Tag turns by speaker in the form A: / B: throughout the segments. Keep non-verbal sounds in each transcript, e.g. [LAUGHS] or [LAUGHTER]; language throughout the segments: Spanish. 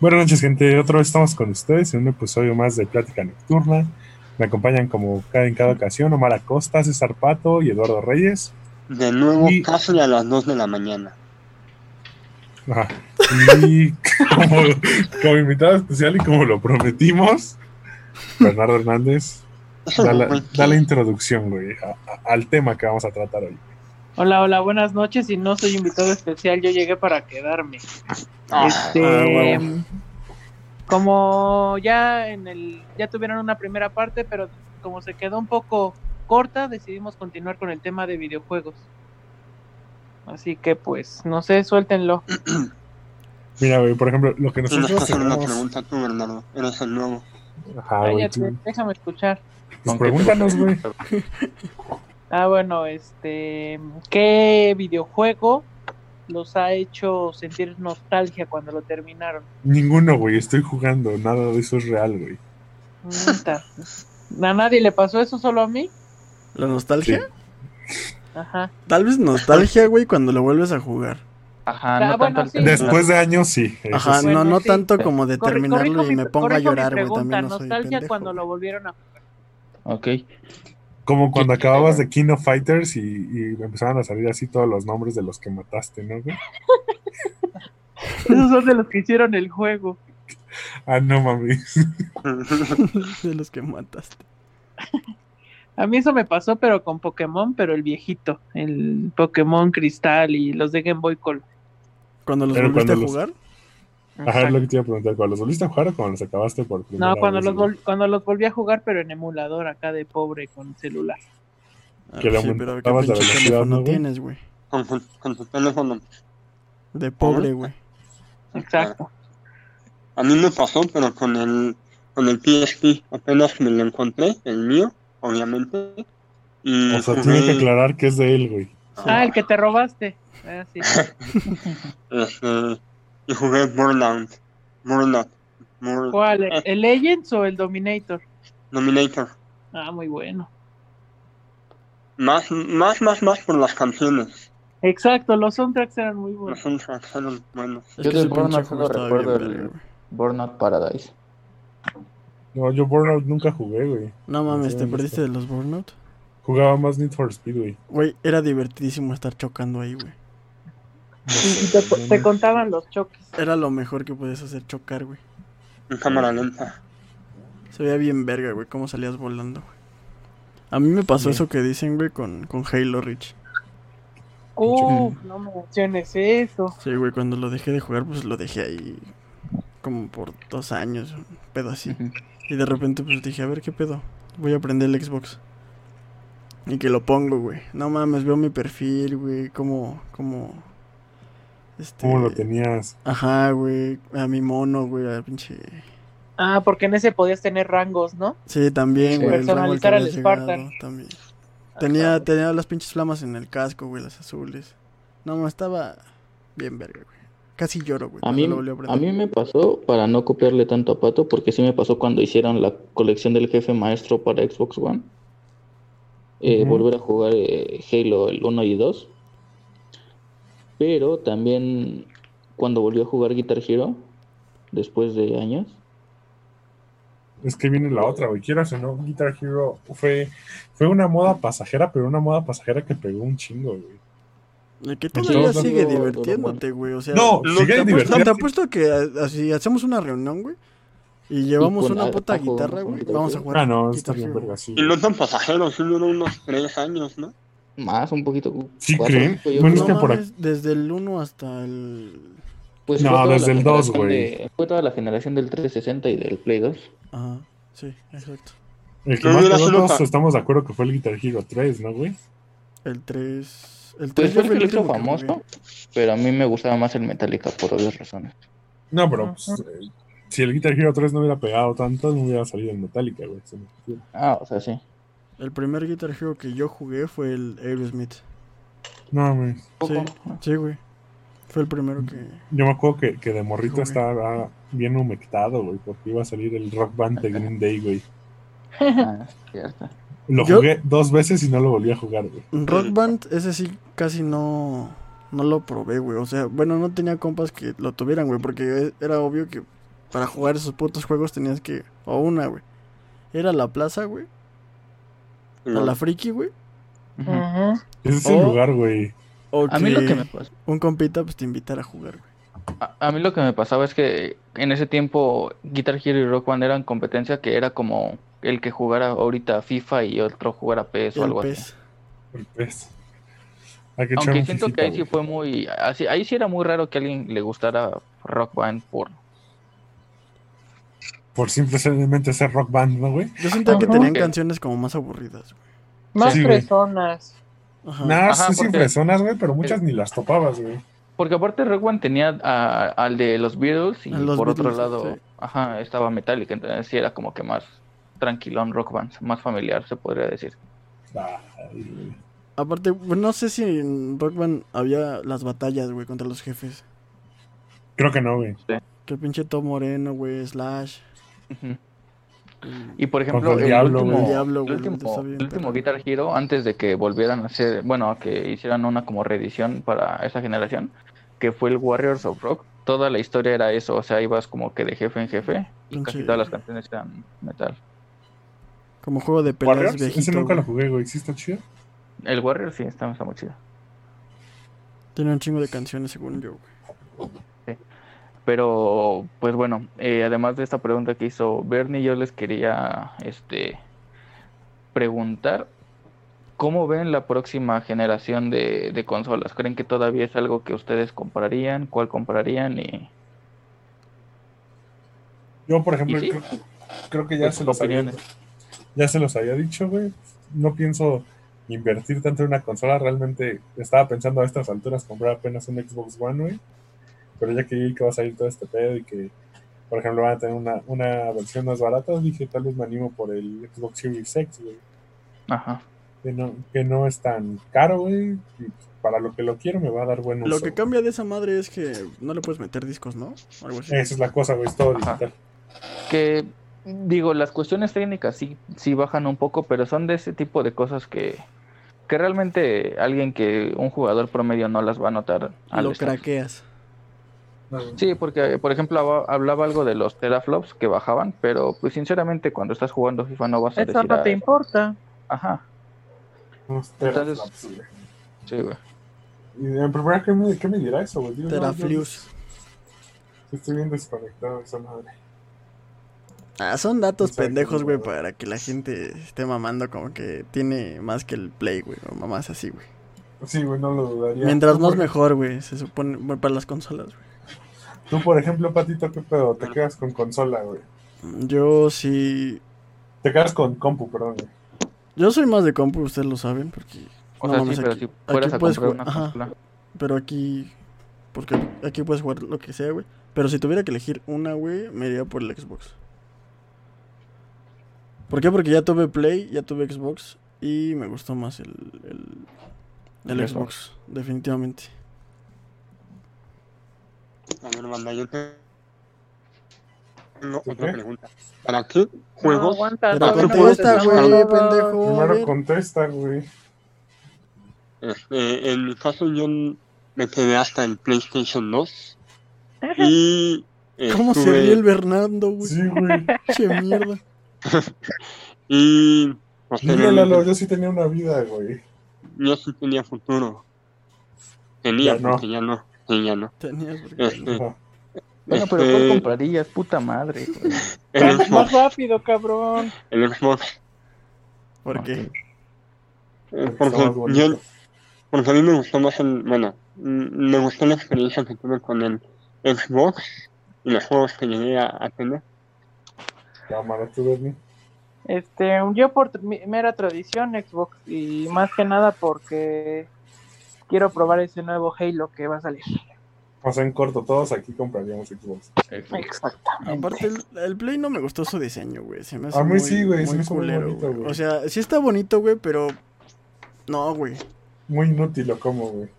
A: Buenas noches, gente. Otra vez estamos con ustedes en un episodio más de Plática Nocturna. Me acompañan como cada, en cada ocasión Omar Acosta, César Pato y Eduardo Reyes.
B: De nuevo,
A: Y-
B: casi a las 2 de la mañana.
A: Ajá. Y [LAUGHS] como, como invitado especial y como lo prometimos, Bernardo Hernández,
B: Eso
A: da
B: es
A: la,
B: muy
A: da la
B: que-
A: introducción, güey, a- a- al tema que vamos a tratar hoy.
C: Hola, hola, buenas noches y no soy invitado especial, yo llegué para quedarme.
B: Ah,
C: Este,
A: ah, huevo.
C: como ya en el ya tuvieron una primera parte, pero como se quedó un poco corta, decidimos continuar con el tema de videojuegos. Así que pues, no sé, suéltenlo.
A: Mira, güey, por ejemplo, lo que
B: Tienes que
A: nosotros
B: hacer una
A: tenemos-
B: pregunta tú, Bernardo. Eres el nuevo. [LAUGHS] Ah,
A: Ajá, güey,
C: Cállate,
A: tú-
C: déjame escuchar.
A: pues pregúntanos, güey.
C: Ah, bueno, este, ¿qué videojuego los ha hecho sentir nostalgia cuando lo terminaron?
A: Ninguno, güey, estoy jugando, nada de eso es real, güey.
C: Neta. A nadie le pasó eso, solo a mí.
D: ¿La nostalgia?
C: Ajá.
D: Tal vez nostalgia, güey, cuando lo vuelves a jugar.
E: Ajá,
C: Ah, bueno,
E: no tanto
C: sí.
E: al terminar.
A: Después de años, sí. eso
D: Ajá,
A: sí.
C: Bueno,
D: no, no
C: sí.
D: tanto como de
C: Corri-
D: terminarlo
C: corrijo mi-
D: y me pongo a
C: corrijo mi
D: llorar, güey.
C: pregunta,
D: También no soy
C: nostalgia
D: pendejo.
C: cuando lo
D: güey.
C: volvieron a [LAUGHS]
E: Ok.
A: Como cuando
E: Yo-
A: acababas de Kino Fighters y, y empezaban a salir así todos los nombres de los que mataste, ¿no, güey?
C: Esos son de los que hicieron el juego.
A: Ah, no, mami.
D: [LAUGHS] De los que mataste.
C: A mí eso me pasó, pero con Pokémon, pero el viejito, el Pokémon Cristal y los de Game Boy Color.
D: Cuando los
A: Pero
D: volviste
A: cuando
D: a
A: los-
D: jugar.
A: Ajá, es lo que te iba a preguntar. ¿Cuando los volviste a jugar o cuando los acabaste por primera
C: No, cuando
A: vez,
C: los,
A: güey?
C: vol- cuando los volví a jugar, pero en emulador acá de pobre con celular.
D: Ah,
A: Que le
D: sí, pero qué
A: aumentabas la
D: pinche
A: velocidad,
D: teléfono
A: ¿no, güey?
D: tienes, güey.
B: Con tu, con tu teléfono.
D: De pobre, güey.
A: Ah,
C: Exacto.
B: A mí me pasó, pero con el, con el PSP apenas me lo encontré, el mío, obviamente. Y
A: O sea,
B: jugué-
A: tiene que aclarar que es de él, güey.
C: Ah, el que te robaste. Ah,
A: [LAUGHS]
C: sí.
B: Este, y jugué Burnout. Burnout. Burn-
C: ¿Cuál? ¿El Legends o el Dominator?
B: Eh, Dominator.
C: Ah, muy bueno.
B: Más, más, más, más por las canciones.
C: Exacto, los soundtracks eran muy buenos.
B: Los soundtracks eran buenos.
D: Es
E: Yo
D: que
E: del
D: ese pinche juego
E: Burnout solo
D: estaba bien
E: recuerdo el-
D: verga, güey.
E: Burnout Paradise.
A: No, yo Burnout nunca jugué, güey.
D: No mames,
A: Sí,
D: te
A: me
D: perdiste de los Burnout.
A: Jugaba más Need for Speed, güey.
D: Güey, era divertidísimo estar chocando ahí, güey.
C: Y te, te contaban los choques.
D: Era lo mejor que podías hacer chocar, güey.
B: En cámara lenta.
D: Se veía bien verga, güey, cómo salías volando, güey. A mí me pasó
A: Sí.
D: eso que dicen, güey, con, con Halo Reach.
C: Uh, no me menciones eso.
D: Sí, güey, cuando lo dejé de jugar, pues lo dejé ahí como por dos años, un pedo así.
E: Ujú.
D: Y de repente, pues dije, a ver qué pedo. Voy a aprender el Xbox. Y que lo pongo, güey. No mames, veo mi perfil, güey. Cómo, cómo. Este.
A: ¿Cómo lo tenías?
D: Ajá, güey. A mi mono, güey. A pinche.
C: Ah, porque en ese podías tener rangos, ¿no?
D: Sí, también,
E: Sí.
D: güey. el rango al que
C: Personalizar al
D: había
C: Spartan. Ah,
D: llegado, también. Tenía, tenía las pinches flamas en el casco, güey, las azules. No, no, estaba bien verga, güey. Casi lloro, güey.
E: A
D: cuando
E: mí,
D: lo volví aprender.
E: a mí me pasó, para no copiarle tanto a Pato, porque sí me pasó cuando hicieron la colección del jefe maestro para Xbox One. eh,
A: Ujú.
E: Volver a jugar eh, Halo el 1 y 2. Pero también cuando volvió a jugar Guitar Hero, después de años.
A: Es que viene la otra, güey. Quieras o no, Guitar Hero fue, fue una moda pasajera, pero una moda pasajera que pegó un chingo, güey.
D: De que
A: Entonces,
D: todavía
A: no,
D: sigue
E: no, no, no,
D: divirtiéndote, güey. O sea,
A: No,
B: no,
A: sigue
B: te apuesto-
D: no, te
A: divirtiendo.
D: apuesto que a- así hacemos una reunión, güey. Y llevamos
E: con
D: una
E: al-
D: puta
E: a jugar
D: guitarra,
E: con
D: güey.
E: Guitar
D: Vamos a
E: Hero.
D: jugar.
A: Ah, no,
D: Guitar
A: está bien,
D: Hero.
A: verga, sí.
B: Y no tan pasajeros, sí duró unos tres años, ¿no?
E: Más un poquito. uh,
A: ¿Sí
E: cuatro,
A: creen?
E: cinco, yo
A: Bueno,
E: creo.
A: es que
D: No
A: por
D: mames, desde el 1 hasta el.
E: Pues
A: No,
E: fue toda la
A: desde el dos,
E: generación
A: güey.
E: de- Fue toda la generación del 360 y del Play 2.
D: Ajá, sí, exacto.
A: El que
B: No,
A: más
B: mira,
A: pegó
B: solo
A: todos
B: pa-
A: estamos de acuerdo que fue el Guitar Hero 3, ¿no, güey?
D: El 3. El 3
E: Pues fue el que lo hizo
D: último que
E: famoso,
D: jugué.
E: pero a mí me gustaba más el Metallica por obvias razones.
A: No, pero pues, eh, si el Guitar Hero 3 no hubiera pegado tanto, no hubiera salido en Metallica, güey. se me ocurre.
E: Ah, o sea, sí.
D: El primer Guitar Hero que yo jugué fue el Aerosmith.
A: No, güey.
D: Sí, sí, güey. Fue el primero que.
A: Yo me acuerdo que, que de morrito
D: Jugué.
A: estaba bien humectado, güey, porque iba a salir el rock band de Green Day, güey.
D: [LAUGHS]
E: Ah, cierto.
A: Lo
D: Yo-
A: jugué dos veces y no lo volví a jugar, güey.
D: Rock Band, ese sí casi no, no lo probé, güey. O sea, bueno, no tenía compas que lo tuvieran, güey, porque e- era obvio que para jugar esos putos juegos tenías que. O una, güey. Era la plaza, güey.
B: No.
D: O la friki, güey. Ah.
E: Ujú.
A: Ese es el
D: Oh.
A: lugar, güey.
D: O
E: A mí lo que
D: que
E: me pasó.
D: un compita pues te invitara a jugar, güey.
E: A, a mí lo que me pasaba es que en ese tiempo Guitar Hero y Rock Band eran competencia que era como el que jugara ahorita FIFA y otro jugara PES o
D: El E
E: algo así.
D: pez.
A: Pues, hay que echar
E: Aunque
A: un
E: siento
A: fifita,
E: que ahí sí
A: güey.
E: fue muy... Así, ahí sí era muy raro que a alguien le gustara Rock Band por...
A: Por simplemente ser rock band, ¿no, güey?
D: Yo sentía que
C: Ajá.
D: tenían
E: Ah, Ok.
D: canciones como más aburridas, güey.
C: Más
A: Sí, güey.
C: personas.
D: Ajá.
A: Nada,
E: Ajá,
A: sí, sí,
E: porque-
A: fresonas, güey, pero muchas ni las topabas, güey.
E: Porque aparte Rock Band tenía a- al de los Beatles y
D: A los
E: por otro
D: Beatles,
E: lado
D: sí.
E: ajá, estaba Metallica, entonces sí era como que más tranquilón Rock Band, más familiar se podría decir.
A: Ay, güey.
D: Aparte, güey, no sé si en Rock Band había las batallas, güey, contra los jefes.
A: Creo que no, güey.
D: Que el pinche Tom Moreno, güey, Slash.
E: Ujú.
D: y-
E: Y por
A: Contra
E: ejemplo,
A: el
E: el,
A: diablo,
E: último,
A: güey.
D: El diablo,
E: el
D: güey,
E: último-
D: está bien
E: el último
D: perro.
E: Guitar Hero, antes de que volvieran a hacer, bueno, que hicieran una como reedición para esa generación, que fue el Warriors of Rock, toda la historia era eso, o sea, ibas como que de jefe en jefe y casi
D: Pinche-
E: todas las canciones eran metal.
D: Como juego de peleas
A: Warriors,
D: viejito.
A: ese nunca
D: güey.
A: lo jugué, güey. ¿Sí está chido?
E: El Warriors sí, está, está muy chido.
D: Tiene un chingo de canciones, según yo, güey.
E: Pero, pues bueno, eh, además de esta pregunta que hizo Bernie, yo les quería este, preguntar, ¿cómo ven la próxima generación de, de consolas? ¿Creen que todavía es algo que ustedes comprarían? ¿Cuál comprarían? Y
A: Yo, por ejemplo,
E: ¿Y sí?
A: creo, creo que ya
E: Pues,
A: se, los había,
E: opiniones.
A: ya se los había dicho, güey. No pienso invertir tanto en una consola. Realmente estaba pensando a estas alturas comprar apenas un Xbox One, güey. Pero ya que vi que va a salir todo este pedo y que, por ejemplo, van a tener una, una versión más barata, dije tal vez me animo por el Xbox Series X, güey.
E: Ajá.
A: Que no, que no es tan caro, güey. y Para lo que lo quiero me va a dar buen uso.
D: Lo que
A: güey.
D: cambia de esa madre es que no le puedes meter discos, ¿no? Algo así.
A: Esa es la cosa, güey. Es todo
E: Ajá.
A: digital.
E: Que digo, las cuestiones técnicas sí, sí bajan un poco, pero son de ese tipo de cosas que, que realmente alguien que un jugador promedio no las va a notar. al
D: lo
E: estar-
D: craqueas.
E: Sí, porque por ejemplo hab- hablaba algo de los teraflops que bajaban, pero pues sinceramente cuando estás jugando FIFA no vas a
C: Eso
E: decir,
C: no te
E: "Ah,
C: importa.
E: ajá,
A: Unos
E: Entonces-
A: teraflops, güey.
E: sí, güey.
A: Y en primer ¿qué me, qué me dirá eso, güey? Digo, no,
D: Teraflius.
A: yo Estoy bien desconectado de esa madre.
D: Ah, son datos
A: Exacto,
D: pendejos, güey,
A: güey.
D: para que la gente esté mamando como que tiene más que el play, güey, o mamás así, güey.
A: Sí, güey, no lo dudaría.
D: Mientras
A: Tú,
D: más
A: por-
D: mejor, güey, se supone, bueno, para las consolas, güey.
A: Tú, por ejemplo, Patito, ¿qué pedo?
D: Ah.
A: Te quedas con consola, güey.
D: Yo sí...
A: Te quedas con compu, perdón, güey.
D: Yo soy más de compu, ustedes lo saben, porque...
E: O
D: no
E: sea,
D: mames,
E: sí, pero
D: aquí-
E: si fueras
D: aquí
E: a
D: puedes
E: comprar una
D: jugar- ajá.
E: consola,
D: Pero aquí... Porque aquí puedes jugar lo que sea, güey. Pero si tuviera que elegir una, güey, me iría por el Xbox. ¿Por qué? Porque ya tuve Play, ya tuve Xbox y me gustó más el... el, el
E: El
D: Xbox, definitivamente.
B: A ver, banda, yo te- tengo
A: ¿Qué?
B: otra pregunta. ¿Para qué juegos?
C: No, aguanta,
D: Pero
B: Ah,
C: todavía no
D: contesta,
B: supuesto,
C: contestamos
D: güey,
C: todo.
D: pendejo.
A: Primero
D: bien.
A: contesta, güey.
B: Este, en mi caso, yo me quedé hasta el PlayStation 2. Y. eh,
D: [LAUGHS] ¿Cómo se
B: tuve-
D: ríe el Bernardo, güey?
A: Sí,
D: [LAUGHS]
A: güey.
D: Che mierda.
B: Y.
A: Dile, Lalo,
B: Posteriormente,
A: yo sí tenía una vida, güey.
B: yo sí tenía futuro. Tenía,
A: Ya no.
B: porque ya no. Sí, ya no.
D: Tenías, güey.
A: [LAUGHS]
B: Este,
A: Ajá.
E: Bueno, pero ¿cuál
B: este,
E: comprarías? Puta madre, güey.
B: el
C: [LAUGHS] Más
B: Xbox.
C: rápido, cabrón.
B: El Xbox.
D: ¿Por qué?
B: eh,
A: Está
B: Porque
A: más bonito.
B: yo. Porque a mí me gustó más el. Bueno, mm, me gustó la experiencia que tuve con el Xbox y los juegos que llegué a, a tener.
A: Cámara, tú, Bernie.
C: Este, yo por tr- mi- mera tradición Xbox y más que nada porque quiero probar ese nuevo Halo que va a salir.
A: O sea, en corto, todos aquí compraríamos Xbox.
C: Exactamente.
D: Aparte, el, el Play no me gustó su diseño, güey. Se me hace
A: A mí
D: muy,
A: sí, güey, se
D: muy
A: me hizo muy
D: culero,
A: bonito,
D: güey.
A: güey.
D: O sea, sí está bonito, güey, pero... No, güey.
A: Muy inútil, ¿o cómo, güey?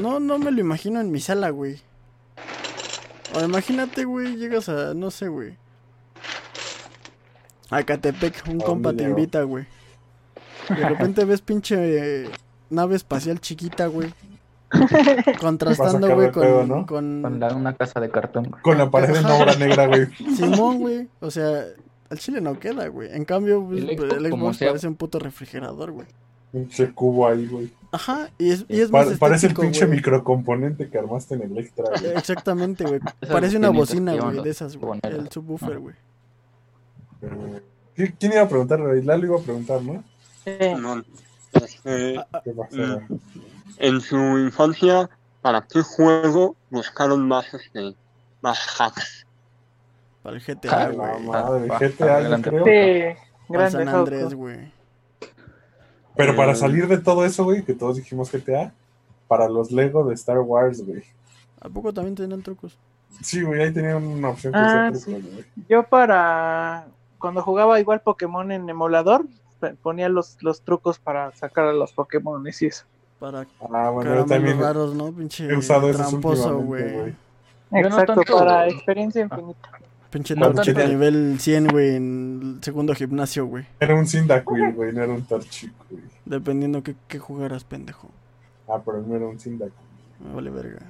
D: No, no me lo imagino en mi sala, güey. O imagínate, güey, llegas a, no sé, güey. A Catepec, un
A: ¿A
D: compa
A: dónde
D: te
A: llego?
D: invita, güey. De repente ves pinche eh, nave espacial chiquita, güey.
A: Vas a
D: Contrastando, güey, con,
A: sacar de pedo, ¿no?
D: con- [LAUGHS]
E: Con la- una casa de cartón. güey.
A: Con la pared en
D: Ajá. [LAUGHS]
A: obra negra, güey.
D: Simón, güey. O sea, al chile no queda, güey. En cambio, pues,
E: El
D: el
E: Xbox,
D: Xbox,
E: como sea.
D: parece un puto refrigerador, güey.
A: Pinche cubo ahí, güey.
D: Ajá, y es,
E: Eh,
D: y es
A: Pa-
D: más
A: parece el
D: estético,
A: pinche
D: güey.
A: microcomponente que armaste en el extra, güey.
D: Exactamente,
E: [LAUGHS]
D: güey.
E: Esas
D: Parece una
E: bocinitas
D: bocina,
E: que llevan
D: güey,
E: los
D: de esas, güey.
E: boneros.
D: El subwoofer,
E: Ah.
D: güey.
A: Eh, ¿qui- ¿Quién iba a preguntar? güey? Lalo iba a preguntar, ¿no?
C: Eh,
B: Simón. Este,
C: Ah,
A: ¿Qué pasó?
B: Mm. en su infancia, ¿para qué juego buscaron más, este, más hacks?
D: Para el
A: A
D: GTA,
E: Ah,
A: la
D: güey.
E: ma-
A: madre,
E: Va,
A: GTA, yo
E: adelante.
A: creo.
C: sí,
D: Para
C: grande
D: San
C: Theft Auto.
D: Andrés, güey.
A: Pero para
D: mm.
B: Eh.
A: salir de todo eso, güey, que todos dijimos GTA, para los Lego de Star Wars, güey.
D: ¿A poco también tenían trucos?
A: Sí, güey, ahí tenía una opción que
C: Ah,
A: sea
C: sí.
A: truco, güey.
C: Yo para cuando jugaba igual Pokémon en emulador, pe- ponía los, los trucos para sacar a los Pokémon y eso.
D: Para
A: Ah, bueno, yo
D: caramba,
A: también
D: raros, ¿no? Pinche
A: he usado esos
D: tramposo,
A: últimamente,
D: güey.
A: güey.
E: Yo no
C: Exacto,
E: tanto,
C: para
E: güey.
C: experiencia infinita.
D: Pinche
E: No,
D: torchito
A: tanto.
D: nivel 100, güey, en el segundo gimnasio, güey.
A: Era un Cyndaquil, güey, no era un Torchic, güey.
D: Dependiendo qué, qué jugaras, pendejo.
A: Ah, pero no era un Cyndaquil.
D: Me vale verga.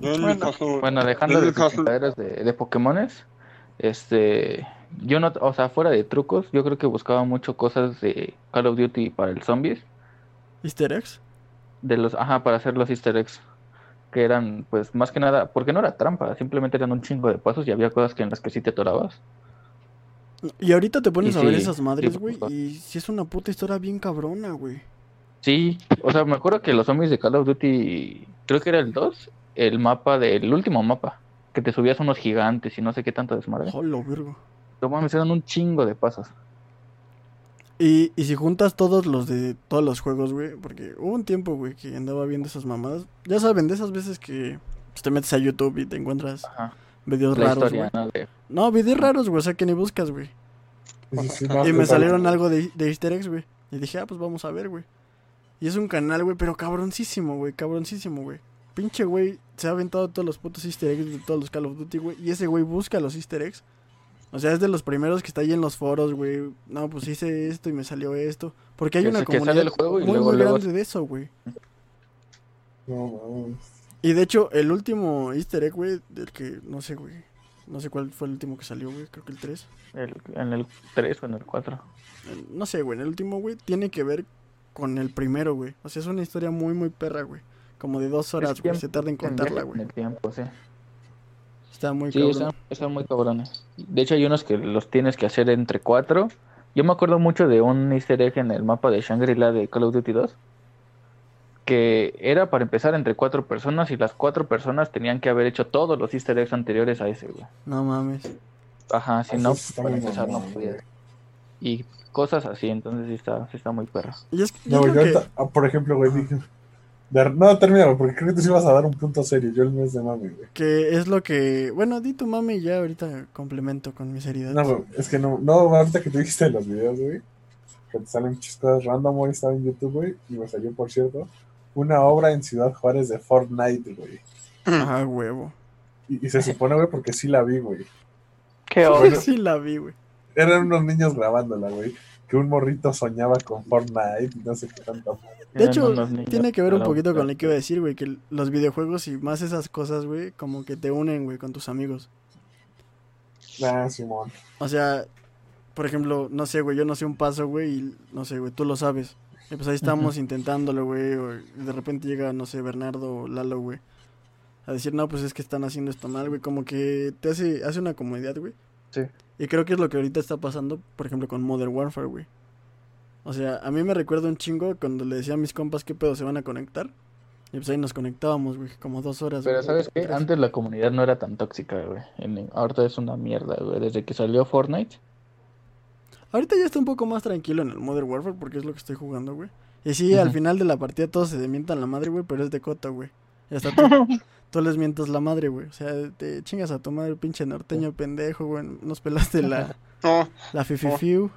B: Yo en mi
C: Bueno.
B: caso,
E: Bueno, dejando
B: En mi
E: de
B: caso-
E: chingaderas de, de Pokémones, este, yo no, o sea, fuera de trucos, yo creo que buscaba mucho cosas de Call of Duty para el zombies,
D: ¿Easter eggs?
E: de los, ajá, para hacer los Easter eggs, que eran, pues, más que nada, porque no era trampa, simplemente eran un chingo de pasos y había cosas que en las que sí te atorabas.
D: Y ahorita te pones
E: Y
D: a ver
E: sí,
D: esas madres,
E: sí,
D: güey.
E: por
D: y si es una puta historia bien cabrona, güey.
E: Sí, o sea, me acuerdo que los zombies de Call of Duty, creo que era el 2, el mapa del último mapa, que te subías unos gigantes y no sé qué tanto desmadre.
D: Jolo, virgo.
E: No mames, eran un chingo de pasos.
D: Y, y si juntas todos los de todos los juegos, güey, porque hubo un tiempo, güey, que andaba viendo esas mamadas. Ya saben, de esas veces que pues, te metes a YouTube y te encuentras
E: Ajá.
D: videos
E: La
D: raros,
E: historia,
D: güey.
E: ¿no? De-
D: No, videos raros, güey, o sea que ni buscas, güey.
A: Sí, sí, sí,
E: Ah,
A: no,
D: Y me
A: pues,
D: salieron algo de, de easter eggs, güey. Y dije, ah, pues vamos a ver, güey. Y es un canal, güey, pero cabroncísimo, güey, cabroncísimo, güey. Pinche, güey, se ha aventado todos los putos easter eggs de todos los Call of Duty, güey. Y ese güey busca los easter eggs. O sea, es de los primeros que está ahí en los foros, güey. No, pues hice esto y me salió esto. Porque hay
E: Que
D: una
E: se- que sale
D: comunidad
E: el juego y
D: muy,
E: luego,
D: muy
E: luego-
D: grande de eso, güey.
A: No, mames.
D: Y de hecho, el último easter egg, güey, del que no sé, güey. No sé cuál fue el último que salió, güey. Creo que el 3.
E: El- en el 3 o en el 4.
D: el- No sé, güey, en el último, güey, tiene que ver con el primero, güey. O sea, es una historia muy, muy perra, güey. Como de dos horas, güey.
E: tiempo,
D: Se tarda en contarla, güey.
E: el tiempo, sí.
D: Está muy
E: Sí,
D: cabrón.
E: están, están muy cabrones. De hecho, hay unos que los tienes que hacer entre 4. Yo me acuerdo mucho de un easter egg en el mapa de Shangri-La de Call of Duty 2. Que era para empezar entre cuatro personas y las cuatro personas tenían que haber hecho todos los easter eggs anteriores a ese, güey.
D: No mames.
E: Ajá, si
A: Eso
E: no,
A: está
E: para
A: muy
E: empezar no
A: mamón,
E: podías.
A: güey.
E: Y cosas así, entonces sí está, sí está muy perro.
D: Y es yo
A: No,
D: creo
A: yo
D: que-
A: ahorita- ah, por ejemplo, güey, dije. de- No, termina, porque creo que tú sí vas a dar un punto serio. Yo el mes de mami, güey.
D: que es lo que. Bueno, di tu mami y ya ahorita complemento con mis heridas.
A: No, güey, es que no, no, ahorita que tú dijiste de los videos, güey, que te salen muchas cosas random, güey, estaba en YouTube, güey, y me salió, por cierto, una obra en Ciudad Juárez de Fortnite, güey.
D: Ah, huevo.
A: Y, y se supone, güey, porque sí la vi, güey.
C: Qué
D: [LAUGHS]
C: obvio.
D: sí, la vi, güey.
A: Eran unos niños grabándola, güey, que un morrito soñaba con Fortnite y no sé qué tanto.
D: De
E: Eran
D: hecho,
E: unos niños
D: tiene que ver un
E: para-
D: poquito con lo que iba a decir, güey. Que los videojuegos y más esas cosas, güey, como que te unen, güey, con tus amigos.
A: Ah, Simón.
D: O sea, por ejemplo, no sé, güey, yo no sé un paso, güey, y no sé, güey, tú lo sabes. Y pues ahí estamos intentándolo, güey, o de repente llega, no sé, Bernardo o Lalo, güey, a decir, no, pues es que están haciendo esto mal, güey, como que te hace, hace una comunidad, güey.
E: Sí.
D: Y creo que es lo que ahorita está pasando, por ejemplo, con Modern Warfare, güey. O sea, a mí me recuerda un chingo cuando le decía a mis compas qué pedo se van a conectar. Y pues ahí nos conectábamos, güey, como dos horas.
E: Pero
D: güey,
E: ¿sabes qué?
D: tres.
E: Antes la comunidad no era tan tóxica, güey. En- Ahorita es una mierda, güey. Desde que salió Fortnite.
D: Ahorita ya está un poco más tranquilo en el Modern Warfare porque es lo que estoy jugando, güey. Y sí, al
E: Ujú.
D: final de la partida todos se demientan la madre, güey, pero es de cota, güey. Y hasta tú, tú les mientas la madre, güey. O sea, te chingas a tu madre, pinche norteño pendejo, güey. Nos pelaste la,
C: [LAUGHS]
B: No,
C: Ah,
D: la fififiu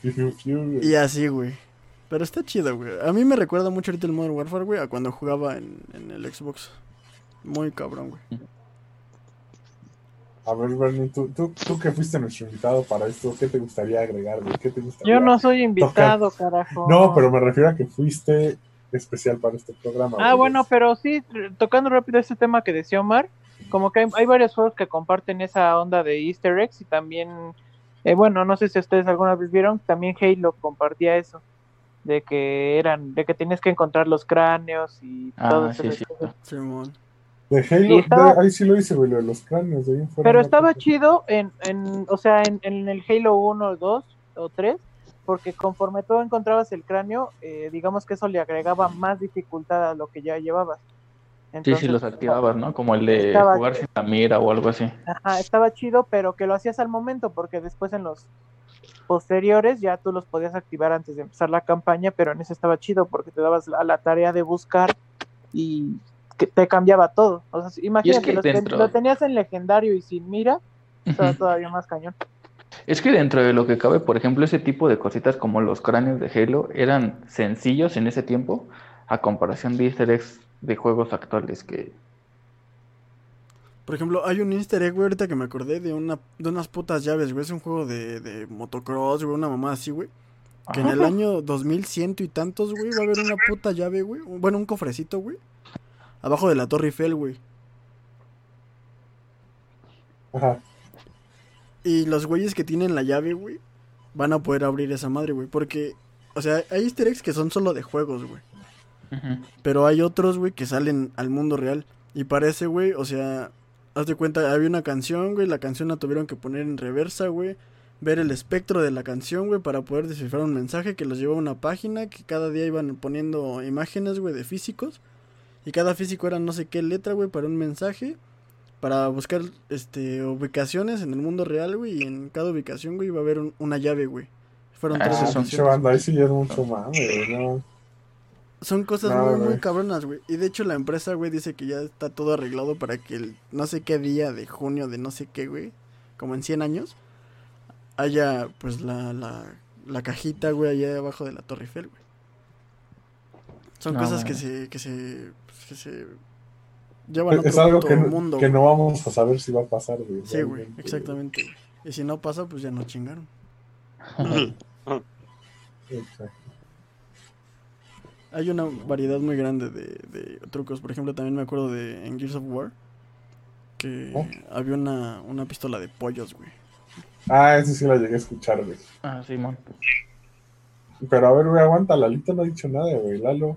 A: Fiu, fiu, fiu, güey.
D: y así, güey. Pero está chido, güey. A mí me recuerda mucho ahorita el Modern Warfare, güey, a cuando jugaba en, en el Xbox. Muy cabrón, güey.
A: A ver, Bernie, tú, tú, tú que fuiste nuestro invitado para esto, ¿qué te gustaría agregar, güey? ¿Qué te gustaría?
C: Yo no soy invitado, carajo.
A: No, pero me refiero a que fuiste especial para este programa.
C: Ah,
A: güey.
C: bueno, pero sí, r- tocando rápido este tema que decía Omar, como que hay, hay varios juegos que comparten esa onda de Easter eggs y también, eh, bueno, no sé si ustedes alguna vez vieron, también Halo compartía eso, de que eran, de que tenías que encontrar los cráneos y
E: Ah,
C: todo
E: sí,
C: eso.
E: sí.
D: Simón.
A: De
C: Y
A: Halo,
C: estaba-
A: de- ahí sí lo hice, güey, lo de los cráneos, de ahí en fuera
C: Pero
A: no
C: estaba
A: creo que-
C: chido en, en o sea, en, en el Halo 1, 2 o 3, porque conforme tú encontrabas el cráneo, eh, digamos que eso le agregaba más dificultad a lo que ya llevabas.
E: Sí,
C: Entonces,
E: sí, los activabas, ¿no? Como el de
C: Estaba-
E: jugar sin la mira o algo
C: [LAUGHS]
E: así.
C: Ajá, estaba chido, pero que lo hacías al momento, porque después en los posteriores ya tú los podías activar antes de empezar la campaña, pero en ese estaba chido porque te dabas a la tarea de buscar y que te cambiaba todo. O sea, imagínate,
E: que
C: los ten-
E: dentro-
C: lo tenías en legendario y sin mira, estaba todavía más cañón.
E: [LAUGHS] Es que dentro de lo que cabe, por ejemplo, ese tipo de cositas como los cráneos de Halo eran sencillos en ese tiempo a comparación de easter eggs de juegos actuales que...
D: Por ejemplo, hay un easter egg, güey, ahorita que me acordé de, una, de unas putas llaves, güey. Es un juego de, de motocross, güey, una mamá así, güey. Que en el
E: Ajá.
D: año 2100 y tantos, güey, va a haber una puta llave, güey. un- Bueno, un cofrecito, güey. Abajo de la Torre Eiffel, güey.
A: Ajá.
D: Y los güeyes que tienen la llave, güey, van a poder abrir esa madre, güey. Porque, o sea, hay easter eggs que son solo de juegos, güey.
E: Ujú.
D: Pero hay otros, güey, que salen al mundo real. Y parece, güey, o sea, haz de cuenta, había una canción, güey, la canción la tuvieron que poner en reversa, güey. Ver el espectro de la canción, güey, para poder descifrar un mensaje que los llevaba a una página, que cada día iban poniendo imágenes, güey, de físicos. Y cada físico era no sé qué letra, güey, para un mensaje. Para buscar, este, ubicaciones en el mundo real, güey. Y en cada ubicación, güey, iba a haber un- una llave, güey. Fueron
E: Ah,
D: tres
E: esos son-
A: Pinche
D: ubicaciones.
A: banda, ahí sí ya es mucho mame, güey, no.
D: Son cosas
A: No,
D: muy, muy
A: güey.
D: cabronas, güey. Y de hecho la empresa, güey, dice que ya está todo arreglado para que el no sé qué día de junio de no sé qué, güey, como en 100 años, haya pues la, la, la cajita, güey, allá abajo de la Torre Eiffel, güey. Son
E: No,
D: cosas que
E: mames.
D: se, que se, pues, que se llevan a
A: Es
D: otro
A: algo
D: puto
A: que, no-
D: mundo,
A: que
D: güey.
A: no vamos a saber si va a pasar, güey. [LAUGHS]
D: Sí, güey,
A: realmente.
D: exactamente. güey. Y si no pasa, pues ya nos chingaron.
A: Exacto.
D: Hay una variedad muy grande de, de trucos. Por ejemplo, también me acuerdo de en Gears of War que
A: ¿Oh?
D: había una, una pistola de pollos, güey.
A: Ah, eso sí la llegué a escuchar, güey.
E: Ah, Simón.
A: Pero a ver, güey, aguanta, Lalito no ha dicho nada, güey, Lalo.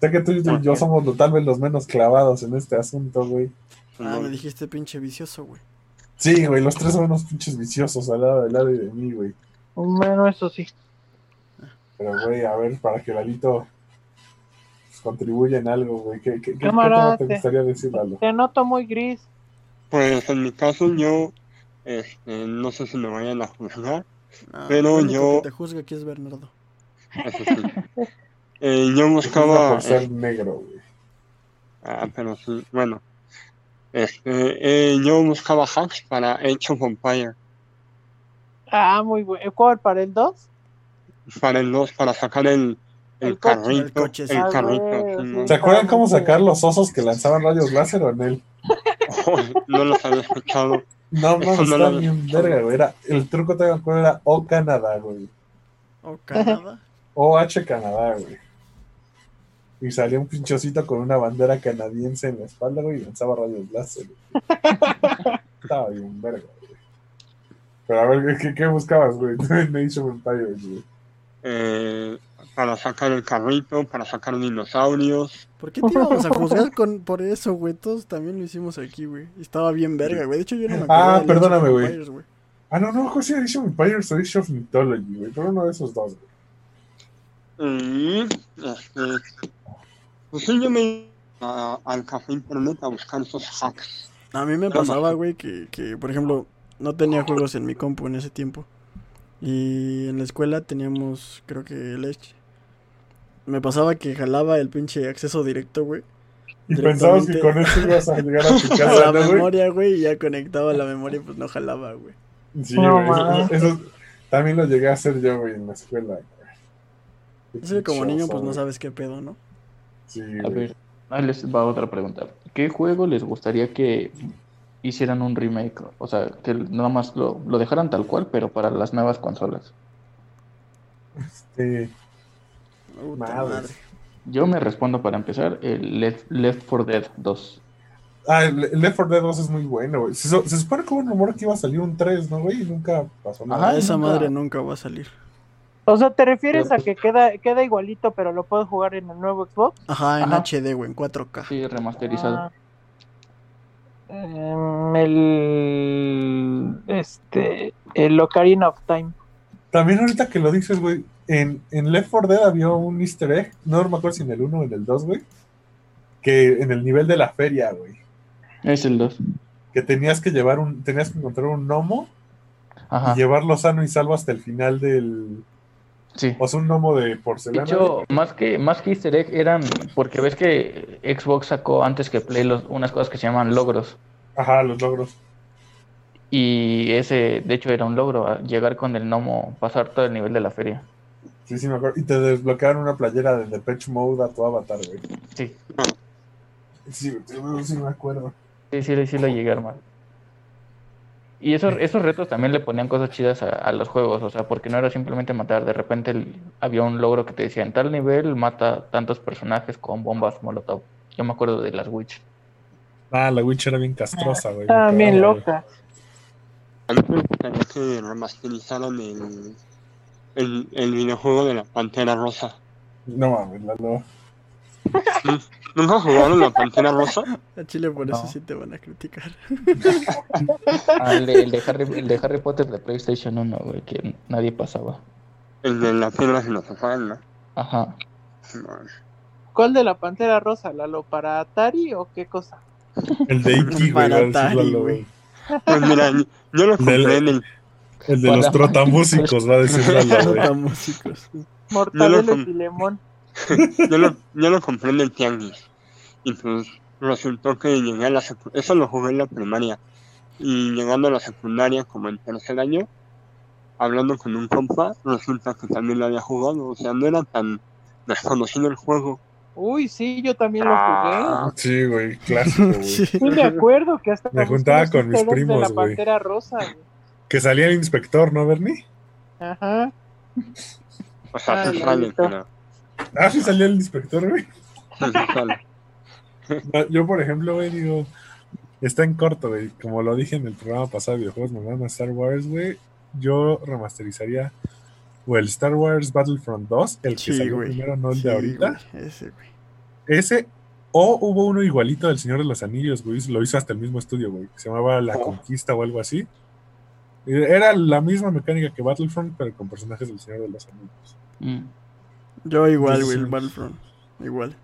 A: Sé que tú y yo
B: Ok.
A: somos lo- tal vez los menos clavados en este asunto, güey.
D: Ah, me dijiste pinche vicioso, güey.
A: Sí, güey, los tres son unos pinches viciosos al lado de Lalo y de mí, güey.
C: Bueno, eso sí.
A: Pero, güey, a ver, para que Lalito pues, contribuya en algo, güey. ¿Qué, qué, qué- qué tema
C: Camarate.
A: te gustaría decir, Lalo?
C: Te noto muy gris.
B: Pues en mi caso yo este, no sé si me vayan a juzgar.
D: No,
B: Pero
D: el Ah, único
B: yo-
D: que te juzga aquí es Bernardo.
B: Eso
C: [LAUGHS]
B: sí. Eh, yo
A: Disculpa
B: buscaba... eh,
A: por ser negro, güey.
B: Ah, pero sí, bueno. Este, eh, yo buscaba hacks para Age of Empires,
C: Ah, muy bueno. ¿Cuál? ¿Para el 2?
B: para el 2, para sacar el, el,
C: El coche,
B: carrito.
D: el coche, sí.
C: Ah,
B: carrito,
C: güey,
B: sí,
C: sí.
B: ¿no?
A: ¿Se acuerdan cómo sacar los osos que lanzaban rayos láser o en él?
B: no los había escuchado.
A: [LAUGHS] No,
B: Eso
A: no,
B: no
A: está
B: lo-
A: bien verga, güey. Era, el truco, te acuerdo, era O Canadá, güey.
D: O Canadá.
A: OH Canadá, güey. Y salía un pinchocito con una bandera canadiense en la espalda, güey, y lanzaba rayos láser. güey. Estaba bien verga, güey. Pero a ver, ¿qué, qué buscabas, güey? [LAUGHS] En Age of Empires, güey.
B: Eh, para sacar el carrito, para sacar dinosaurios.
D: ¿Por qué te íbamos a juzgar con, por eso, güey? Todos también lo hicimos aquí, güey. Y Estaba bien verga, güey. De hecho, yo no me acuerdo.
A: Ah,
D: del Age of
A: perdóname, güey.
D: Empires, güey.
A: Ah, no, no, José, Age of Empires o Age of Mythology, güey. Pero uno de esos dos, güey.
B: Y, este, pues sí, yo me iba a- al café internet a buscar esos hacks.
D: A mí me
B: No,
D: pasaba, güey, que, que, por ejemplo, no tenía juegos en mi compu en ese tiempo. Y en la escuela teníamos, creo que el Edge. Me pasaba que jalaba el pinche acceso
A: [LAUGHS]
D: directo, güey.
A: Y pensabas que con
D: Directamente.
A: eso ibas a
D: [LAUGHS]
A: llegar a tu
D: A
A: casa, ¿no,
D: la
A: güey?
D: memoria, güey, y ya conectaba la memoria, pues no jalaba, güey.
A: Sí,
C: No,
A: güey, eso-
C: mames.
A: eso también lo llegué a hacer yo, güey, en la escuela. güey.
D: Sí, como niño, pues no
A: sabes.
D: sabes qué pedo, ¿no?
A: Sí,
E: A
A: güey.
E: ver, ahí les va otra pregunta. ¿Qué juego les gustaría que hicieran un remake? O sea, que nada más lo, lo dejaran tal cual, pero para las nuevas consolas.
A: Este,
D: Puta
A: Madres.
D: madre.
E: Yo me respondo para empezar, el Left, Left 4 Dead 2.
A: Ah, el el Left 4 Dead 2 es muy bueno, güey. Se, se supone que hubo un rumor que iba a salir un 3, ¿no, güey? Y nunca pasó nada.
E: Ajá.
D: esa
E: nunca.
D: madre nunca va a salir.
C: O sea, ¿te refieres
E: Pero-
C: a que queda, queda igualito, pero lo puedo jugar en el nuevo Xbox?
D: Ajá, en
E: Ajá.
D: HD, güey, en 4K.
E: Sí,
C: Ah.
E: remasterizado.
C: Em, el. Este. El Ocarina of Time.
A: También ahorita que lo dices, güey, en, en Left 4 Dead había un easter egg, no me acuerdo si en el 1 o en el 2, güey, que en el nivel de la feria, güey,
E: Es el 2.
A: que tenías que llevar un, tenías que encontrar un gnomo
E: Ajá.
A: y llevarlo sano y salvo hasta el final del,
E: Sí.
A: o sea, un gnomo de
E: De
A: porcelana.
E: hecho, más que, más que easter egg eran, porque ves que Xbox sacó antes que Play los- unas cosas que se llaman logros.
A: Ajá, los logros.
E: Y ese, de hecho, era un logro, a- llegar con el gnomo, pasar todo el nivel de la feria.
A: Sí, sí, me acuerdo. Y te desbloquearon una playera de Depeche Mode a tu avatar, güey.
E: Sí,
A: Sí, sí, sí, me acuerdo.
E: sí, sí, sí lo llegué a armar. Y esos, esos retos también le ponían cosas chidas a, a los juegos, o sea, porque no era simplemente matar, de repente el- había un logro que te decía, en tal nivel mata tantos personajes con bombas molotov. Yo me acuerdo de las Witch.
A: Ah, la Witch era bien castrosa, güey.
C: Está
A: Me
C: Ah, bien
A: cagaba, güey.
C: loca.
B: A mí me gustaría que remasterizaran el, el, el videojuego de la Pantera Rosa.
A: No mames, la loba.
B: ¿Nunca jugaron la Pantera Rosa?
D: A Chile por eso
E: No.
D: sí te van a criticar.
E: Ah, el, de, el de Harry, el de Harry Potter de PlayStation 1, güey, que nadie pasaba.
B: El de la piedra filosofal, ¿no?
E: Ajá.
B: Simón.
C: ¿Cuál de la pantera rosa, Lalo? ¿Para Atari o qué cosa?
A: El de Iki, güey.
D: Para
A: iba a decir la
D: Atari,
A: loba.
D: güey.
B: Pues mira, yo lo compré en el,
A: El de
E: Para-
A: los trotamúsicos, va a decir
D: [LAUGHS]
A: la loba, güey.
D: Nota músicos.
C: Mortadelo
B: com-
C: y Filemón.
B: yo lo, yo lo compré en el tianguis. Y pues resultó que llegué a la secundaria, eso lo jugué en la primaria. Y llegando a la secundaria, como en tercer año, hablando con un compa, resulta que también lo había jugado. O sea, no era tan desconocido el juego.
C: Uy, sí, yo también lo jugué.
B: Ah,
A: Sí, güey, clásico, güey.
D: Sí.
C: Sí, me acuerdo que hasta
A: Me
C: busqué
A: juntaba
C: los
A: con mis
C: easter eggs de
A: primos,
C: la
A: güey.
C: pantera rosa. güey.
A: Que salía el inspector, ¿no, Bernie?
C: Ajá.
B: o sea,
C: Ah,
B: se
C: ya
B: sale,
C: está.
B: pero
A: Ah, sí salía el inspector, güey.
B: sí se sale.
A: No, Yo, por ejemplo, güey, digo, está en corto, güey. Como lo dije en el programa pasado de videojuegos, me van a Star Wars, güey. Yo remasterizaría o el Star Wars Battlefront 2, el que
D: Sí,
A: salió
D: güey.
A: primero, no el
D: Sí,
A: de ahorita.
D: güey, Ese, güey.
A: Ese, o hubo uno igualito del Señor de los Anillos, güey. Lo hizo hasta el mismo estudio, güey. que Se llamaba La
B: Oh.
A: Conquista o algo así. Era la misma mecánica que Battlefront, pero con personajes del Señor de los Anillos.
E: Mm.
D: Yo igual,
A: Sí,
D: güey,
A: sí.
D: el Battlefront. Igual.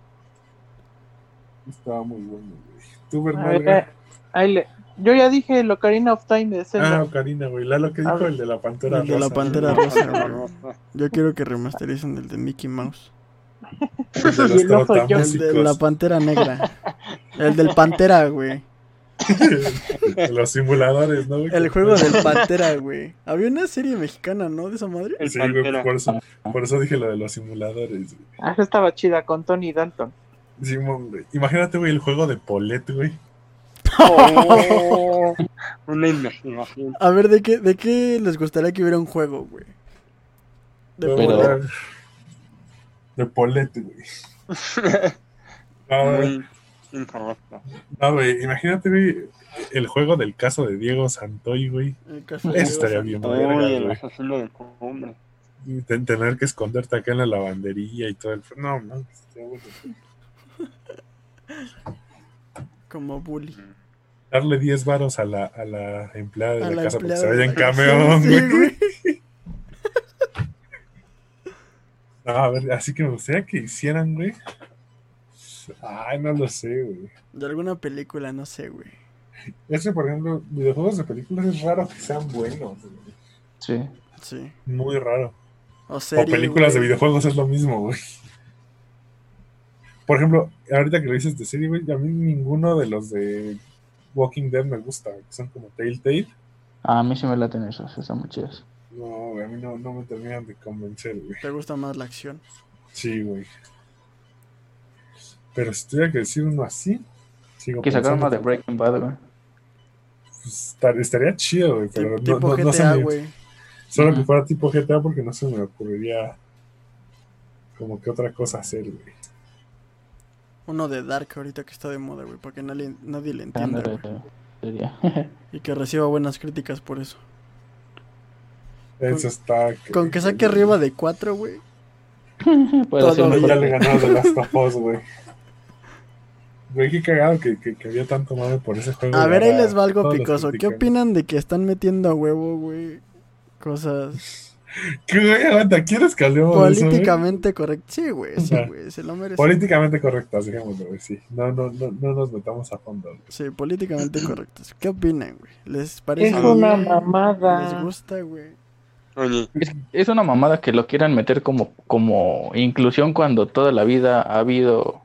A: Estaba muy bueno, güey. Tú,
C: A
A: Bernardo.
C: ver, eh, ahí le- Yo ya dije el Ocarina of Time de Zelda.
A: Ah, Karina, güey. Lalo, que
C: A
A: dijo
C: ver.
A: el de la Pantera
D: El de la
A: Rosa,
D: Pantera
A: güey.
D: Rosa, güey. Yo quiero que remastericen el de Mickey Mouse.
A: El de
C: Y el
A: los
C: ojo yo.
D: El de la
A: trotamúsicos.
D: Pantera Negra. El del Pantera, güey.
A: de los simuladores, ¿no? güey?
D: El juego del Pantera, güey. Había una serie mexicana, ¿no? De esa madre.
B: El
A: Sí, güey,
B: Pantera.
A: por eso, por eso dije lo de los simuladores, güey.
C: Ah, esa estaba chida con Tony Dalton.
A: Simón, güey. Imagínate, güey, el juego de Polet, güey.
B: Oh, una investigación.
D: A ver, ¿de qué, ¿de qué les gustaría que hubiera un juego, güey? De
A: Pero-
D: Polet.
A: De polete, güey. No, güey.
B: Muy incorrecta.
A: No, güey, Imagínate, güey, el juego del caso de Diego Santoy, güey.
D: El caso de
A: Ese
D: Diego
A: estaría bien,
D: Santoy.
A: verga,
B: Uy, el
A: güey.
B: asesino de cumbre.
A: Y ten- tener que esconderte acá en la lavandería y todo el. No, no. estaría bueno.
D: Como bully.
A: Darle 10 varos a la, a la empleada de
D: A
A: la,
D: la
A: casa porque
D: empleada
A: se
D: de
A: vaya
D: la
A: en
D: casa.
A: camión,
D: Sí,
A: güey.
D: güey.
A: No, a ver, así que me gustaría que hicieran, güey. Ay, no lo sé, güey.
D: De alguna película, no sé, güey.
A: Es que, por ejemplo, videojuegos de películas es raro que sean buenos, güey.
E: Sí.
D: Sí.
A: Muy raro.
D: O serie,
A: o películas
D: güey.
A: de videojuegos es lo mismo, güey. Por ejemplo, ahorita que lo dices de serie, güey, a mí ninguno de los de Walking Dead me gusta, güey, que son como Telltale.
E: A mí sí me laten esas, están muy chidas.
A: No, güey, a mí no, no me terminan de convencer, güey.
D: ¿Te gusta más la acción?
A: Sí, güey. Pero si tuviera que decir uno así, sigo
E: Que sacaron
A: pensando
E: uno de Breaking Bad, güey.
A: pues, estar- estaría chido, güey, pero
D: Tipo,
A: no, no, no se
D: GTA,
A: me-
D: güey.
A: Solo que
E: Ajá.
A: fuera tipo GTA porque no se me ocurriría como que otra cosa hacer, güey.
D: Uno de Dark ahorita que está de moda, güey, para que nadie, nadie le entienda,
E: Ándale,
D: güey.
E: sería. [LAUGHS]
D: Y que reciba buenas críticas por eso.
A: Eso está.
D: Con que saque arriba de 4, güey.
E: Puede ser
D: Todo
A: Ahí
E: mejor
A: ya
E: que-
A: le ganaba de Last of Us, güey. Güey, qué cagado que, que, que había tanto mame por ese juego.
D: A
A: y
D: ver, ahí
A: ahora
D: les va algo
A: todos los
D: picoso. ¿Qué
A: critican.
D: opinan de que están metiendo a huevo, güey? Cosas
A: ¿Qué, [LAUGHS] güey? Aguanta, ¿quieres que hablemos de eso, güey?
D: políticamente correctas. Sí, güey, sí,
A: ¿eh? Ajá.
D: güey, se lo merecen.
A: Políticamente correctas, digámoslo, güey, sí. No, no, no, no nos metamos a fondo. güey.
D: Sí, políticamente correctas. ¿Qué opinan, güey? ¿Les parece
C: Es una
D: bien? ¿Les
C: mamada.
D: gusta, güey?
B: Oye,
E: Es, es una mamada que lo quieran meter como, como inclusión cuando toda la vida ha habido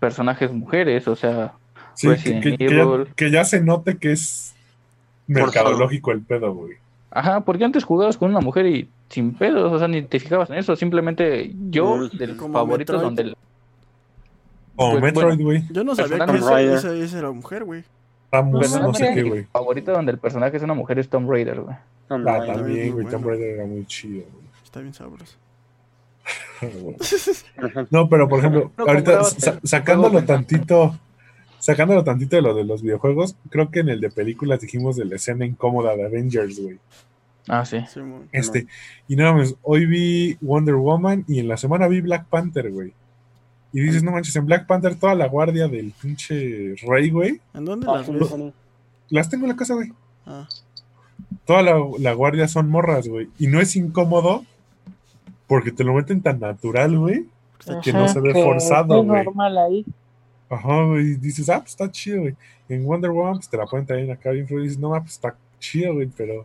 E: personajes mujeres, o sea,
A: Sí,
E: Resident
A: que, que- que ya,
E: Evil.
A: que ya se note que es
B: favor.
A: mercadológico el pedo, güey.
E: ajá, porque antes jugabas con una mujer y sin pedos, o sea, ni te fijabas en eso, simplemente yo,
B: Uy.
E: del
D: Como
E: favorito
D: Metroid.
E: donde el-
A: Como
E: Pues,
A: Metroid,
E: bueno.
A: güey.
D: Yo no sabía
E: Persona
D: que esa,
B: Rider.
D: esa, esa era mujer, güey. Pues,
A: Samus,
E: Persona
A: no sé qué,
E: Rider.
A: güey.
E: favorito donde el personaje es una mujer es Tomb Raider, güey.
B: Tomb
A: Ah,
B: Raider.
A: también,
D: muy
A: güey. Tomb
D: bueno.
A: Raider era muy chido, güey.
D: Está bien sabroso. [LAUGHS]
B: Por ejemplo,
A: No, pero por ejemplo,
E: No
A: ahorita
E: comprabas
A: sa-
E: el
A: sacándolo
E: juego
A: tantito, sacándolo tantito de lo de los videojuegos, creo que en el de películas dijimos de la escena incómoda de Avengers, güey.
E: Ah, sí.
D: Sí, muy-
A: Este, y no mames, hoy vi Wonder Woman y en la semana vi Black Panther, güey. Y dices, no manches, en Black Panther toda la guardia del pinche rey, güey.
D: ¿En dónde
B: ah,
D: las
B: sí,
D: ves?
B: sí.
A: Las tengo en la casa, güey.
D: Ah,
A: Toda la, la guardia son morras, güey. Y no es incómodo porque te lo meten tan natural, güey.
D: está
A: Pues que no
D: chido.
A: se ve
C: que
A: forzado,
C: es
A: güey.
C: normal ahí.
A: Ajá, güey. y Dices, ah, pues está chido, güey. En Wonder Woman, pues te la ponen también acá bien fluida. y Dices, no, ma, pues está chido, güey, pero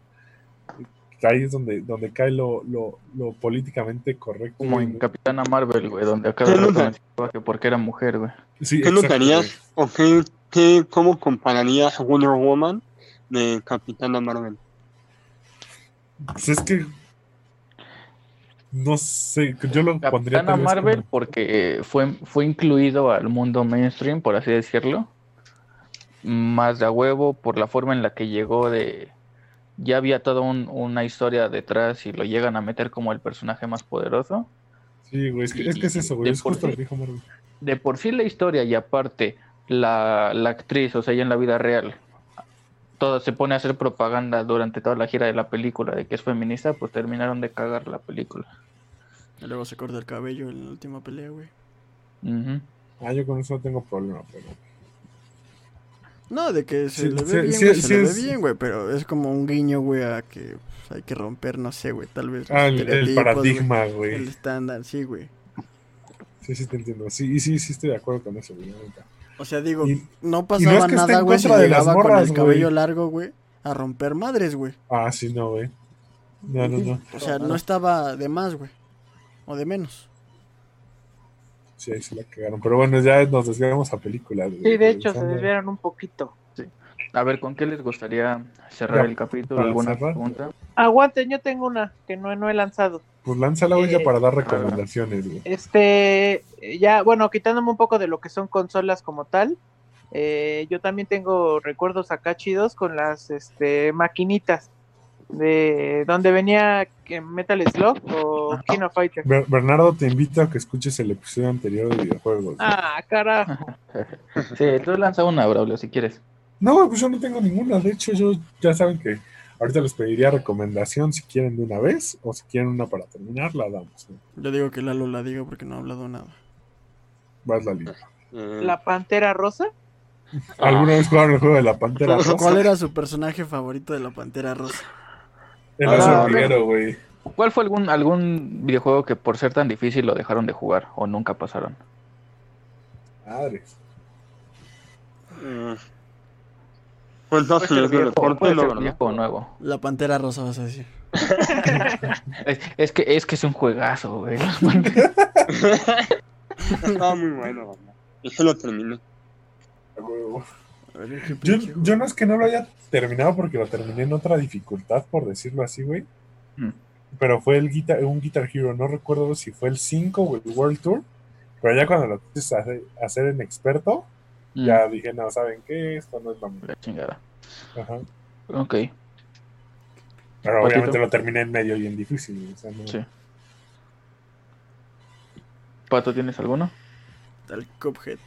A: ahí es donde, donde cae lo, lo, lo políticamente correcto.
E: Como
A: güey,
E: en
A: ¿no?
E: Capitana Marvel, güey, donde acá
B: Sí,
E: de rato
B: nunca.
E: mencionaba que porque era mujer, güey.
A: Sí,
B: ¿Qué
A: exacto, güey.
B: notarías o qué, qué, cómo compararías Wonder Woman de Capitana Marvel?
A: Pues es que. No sé, yo lo pondría.
E: Capitana
A: tal vez
E: Marvel
A: como-
E: porque fue, fue incluido al mundo mainstream, por así decirlo. Más de a huevo por la forma en la que llegó de... Ya había toda un- una historia detrás y lo llegan a meter como el personaje más poderoso.
A: Sí, güey, es que es, que es eso, güey.
E: De
A: Es
E: por
A: justo lo
E: sí.
A: que dijo Marvel.
E: De por sí la historia y aparte la, la actriz, o sea, ya en la vida real, todo se pone a hacer propaganda durante toda la gira de la película de que es feminista, pues terminaron de cagar la película.
D: Y luego se corta el cabello en la última pelea, güey.
E: Ujú.
A: Ah, yo con eso no tengo problema, pero.
D: No, de que
A: Sí,
D: se le ve
A: sí,
D: bien,
A: sí,
D: güey,
A: sí
D: se le
A: es-
D: ve bien, güey, pero es como un guiño, güey, a que pues, hay que romper, no sé, güey, tal vez los
A: Ah, el, el
D: estereotipos,
A: paradigma,
D: güey, El
A: güey.
D: estándar, sí, güey.
A: Sí, sí, te entiendo. Sí, y sí, sí, estoy de acuerdo con eso, güey. la neta.
D: O sea, digo,
A: Y-
D: no
A: y no
D: pasaba
A: es que esté
D: nada,
A: en
D: güey, si
A: contra de las
D: llegaba
A: morras,
D: con el cabello
A: güey.
D: largo, güey, a romper madres, güey.
A: Ah, sí, no, güey. No, no, no.
D: O sea, no estaba de más, güey, o de menos.
A: Sí, ahí se la cagaron. Pero bueno, ya nos desviamos a películas, güey.
C: Sí, de hecho, se
A: Regresando
C: desviaron un poquito.
E: A ver, ¿con qué les gustaría cerrar
A: Ya,
E: el capítulo?
A: para
E: ¿Alguna
A: cerrar.
E: pregunta?
C: Aguanten, yo tengo una que no, no he lanzado.
A: Pues lánzala, güey,
C: Eh,
A: ya para dar
E: ver.
A: recomendaciones, güey.
C: Este, ya, bueno, quitándome un poco de lo que son consolas como tal, eh, yo también tengo recuerdos acá chidos con las este, maquinitas de donde venía que Metal Slug o
A: Ah.
C: King of Fighters.
A: Ber- Bernardo, te invito a que escuches el episodio anterior de videojuegos. güey.
C: Ah, carajo.
E: Sí, tú lanza una, Braulio, si quieres.
A: No, güey, pues yo no tengo ninguna. De hecho, yo ya saben que ahorita les pediría recomendación si quieren de una vez o si quieren una para terminar, la damos. güey.
D: Yo digo que Lalo la diga porque no ha hablado nada.
A: Vas la liga.
B: Eh,
C: La Pantera Rosa.
A: ¿Alguna vez jugaron el juego de la pantera rosa?
D: ¿Cuál era su personaje favorito de la Pantera Rosa?
A: El
E: Ah,
A: oso
E: no.
A: hormiguero, güey.
E: ¿Cuál fue algún, algún videojuego que por ser tan difícil lo dejaron de jugar o nunca pasaron?
A: Madres.
B: eh, pues no, si es de deporte,
E: Puede ser
B: no, no.
E: viejo o nuevo.
D: La Pantera Rosa, vas a decir.
E: Es, es que, es que es un juegazo, güey.
B: Estaba muy bueno, banda. Y se lo terminé.
A: a huevo.
D: A ver, ¿qué
A: Yo,
D: pinche
A: yo
D: juego?
A: no es que no lo haya terminado porque lo terminé en otra dificultad, por decirlo así, güey. pero fue el guitar, un Guitar Hero, no recuerdo si fue el 5 o el World Tour, pero ya cuando lo quise hacer, hacer en experto, [LAUGHS]
E: Mm,
A: ya dije, no, ¿saben qué? Esto no es lo mío.
E: La chingada.
A: Ajá.
E: Ok,
A: Pero
E: Patito.
A: obviamente lo terminé en medio y en difícil. o sea, no-
E: sí. Pato, ¿tienes alguno?
D: Al Cuphead.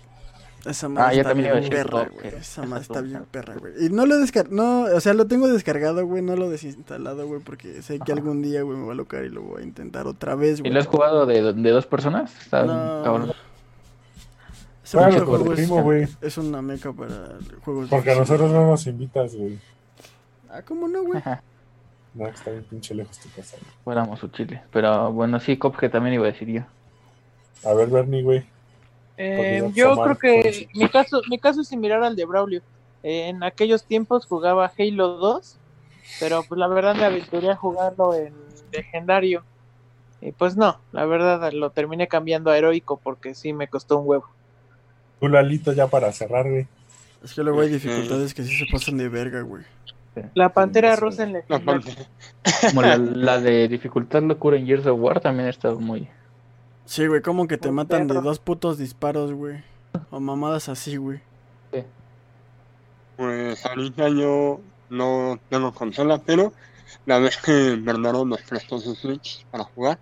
D: Esa madre
E: Ah, yo
D: está
E: también iba a
D: bien
E: decir
D: perra,
E: Cuphead.
D: güey. Esa
E: Esa
D: madre está
E: es
D: bien
E: otra.
D: perra, güey. Y no lo he descargado, no, o sea, lo tengo descargado, güey, no lo he desinstalado, güey, porque sé que
E: Ajá.
D: algún día, güey, me va a locar y lo voy a intentar otra vez,
E: ¿Y
D: güey.
E: lo has jugado de, de dos personas? Está
D: No.
E: cabrón.
D: Ese
A: Claro,
D: pinche
A: con tu
D: juego es,
A: primo, pues, güey.
D: es una meca para juegos.
A: Porque a
D: difíciles.
A: nosotros no nos invitas, güey.
D: Ah, ¿cómo no, güey?
A: No, está bien pinche lejos tu casa.
E: Fuéramos su chile. Pero bueno, sí, Cophead también iba a decir yo.
A: A ver, Bernie, güey.
C: Eh,
A: Porque
C: yo
A: Samar
C: creo que
A: fue-
C: mi caso, mi caso es similar al de Braulio. Eh, en aquellos tiempos jugaba Halo 2, pero pues la verdad me aventuré a jugarlo en legendario. Y pues no, la verdad lo terminé cambiando a heroico porque sí me costó un huevo.
A: Tú, Lalito, ya para cerrar, güey.
D: Es que luego hay dificultades que sí se pasan de verga, güey.
C: La pantera
A: Sí,
C: rosa en
B: La
C: legendario.
B: pantalla.
D: [LAUGHS]
E: Como la, la de dificultad locura en Gears of War también está muy...
D: Sí, güey, como que te
E: Pues,
C: Un
D: matan de
C: perro.
D: dos putos disparos, güey. O mamadas así, güey.
B: Pues ahorita yo no tengo consola, pero la vez que Bernardo nos prestó su Switch para jugar,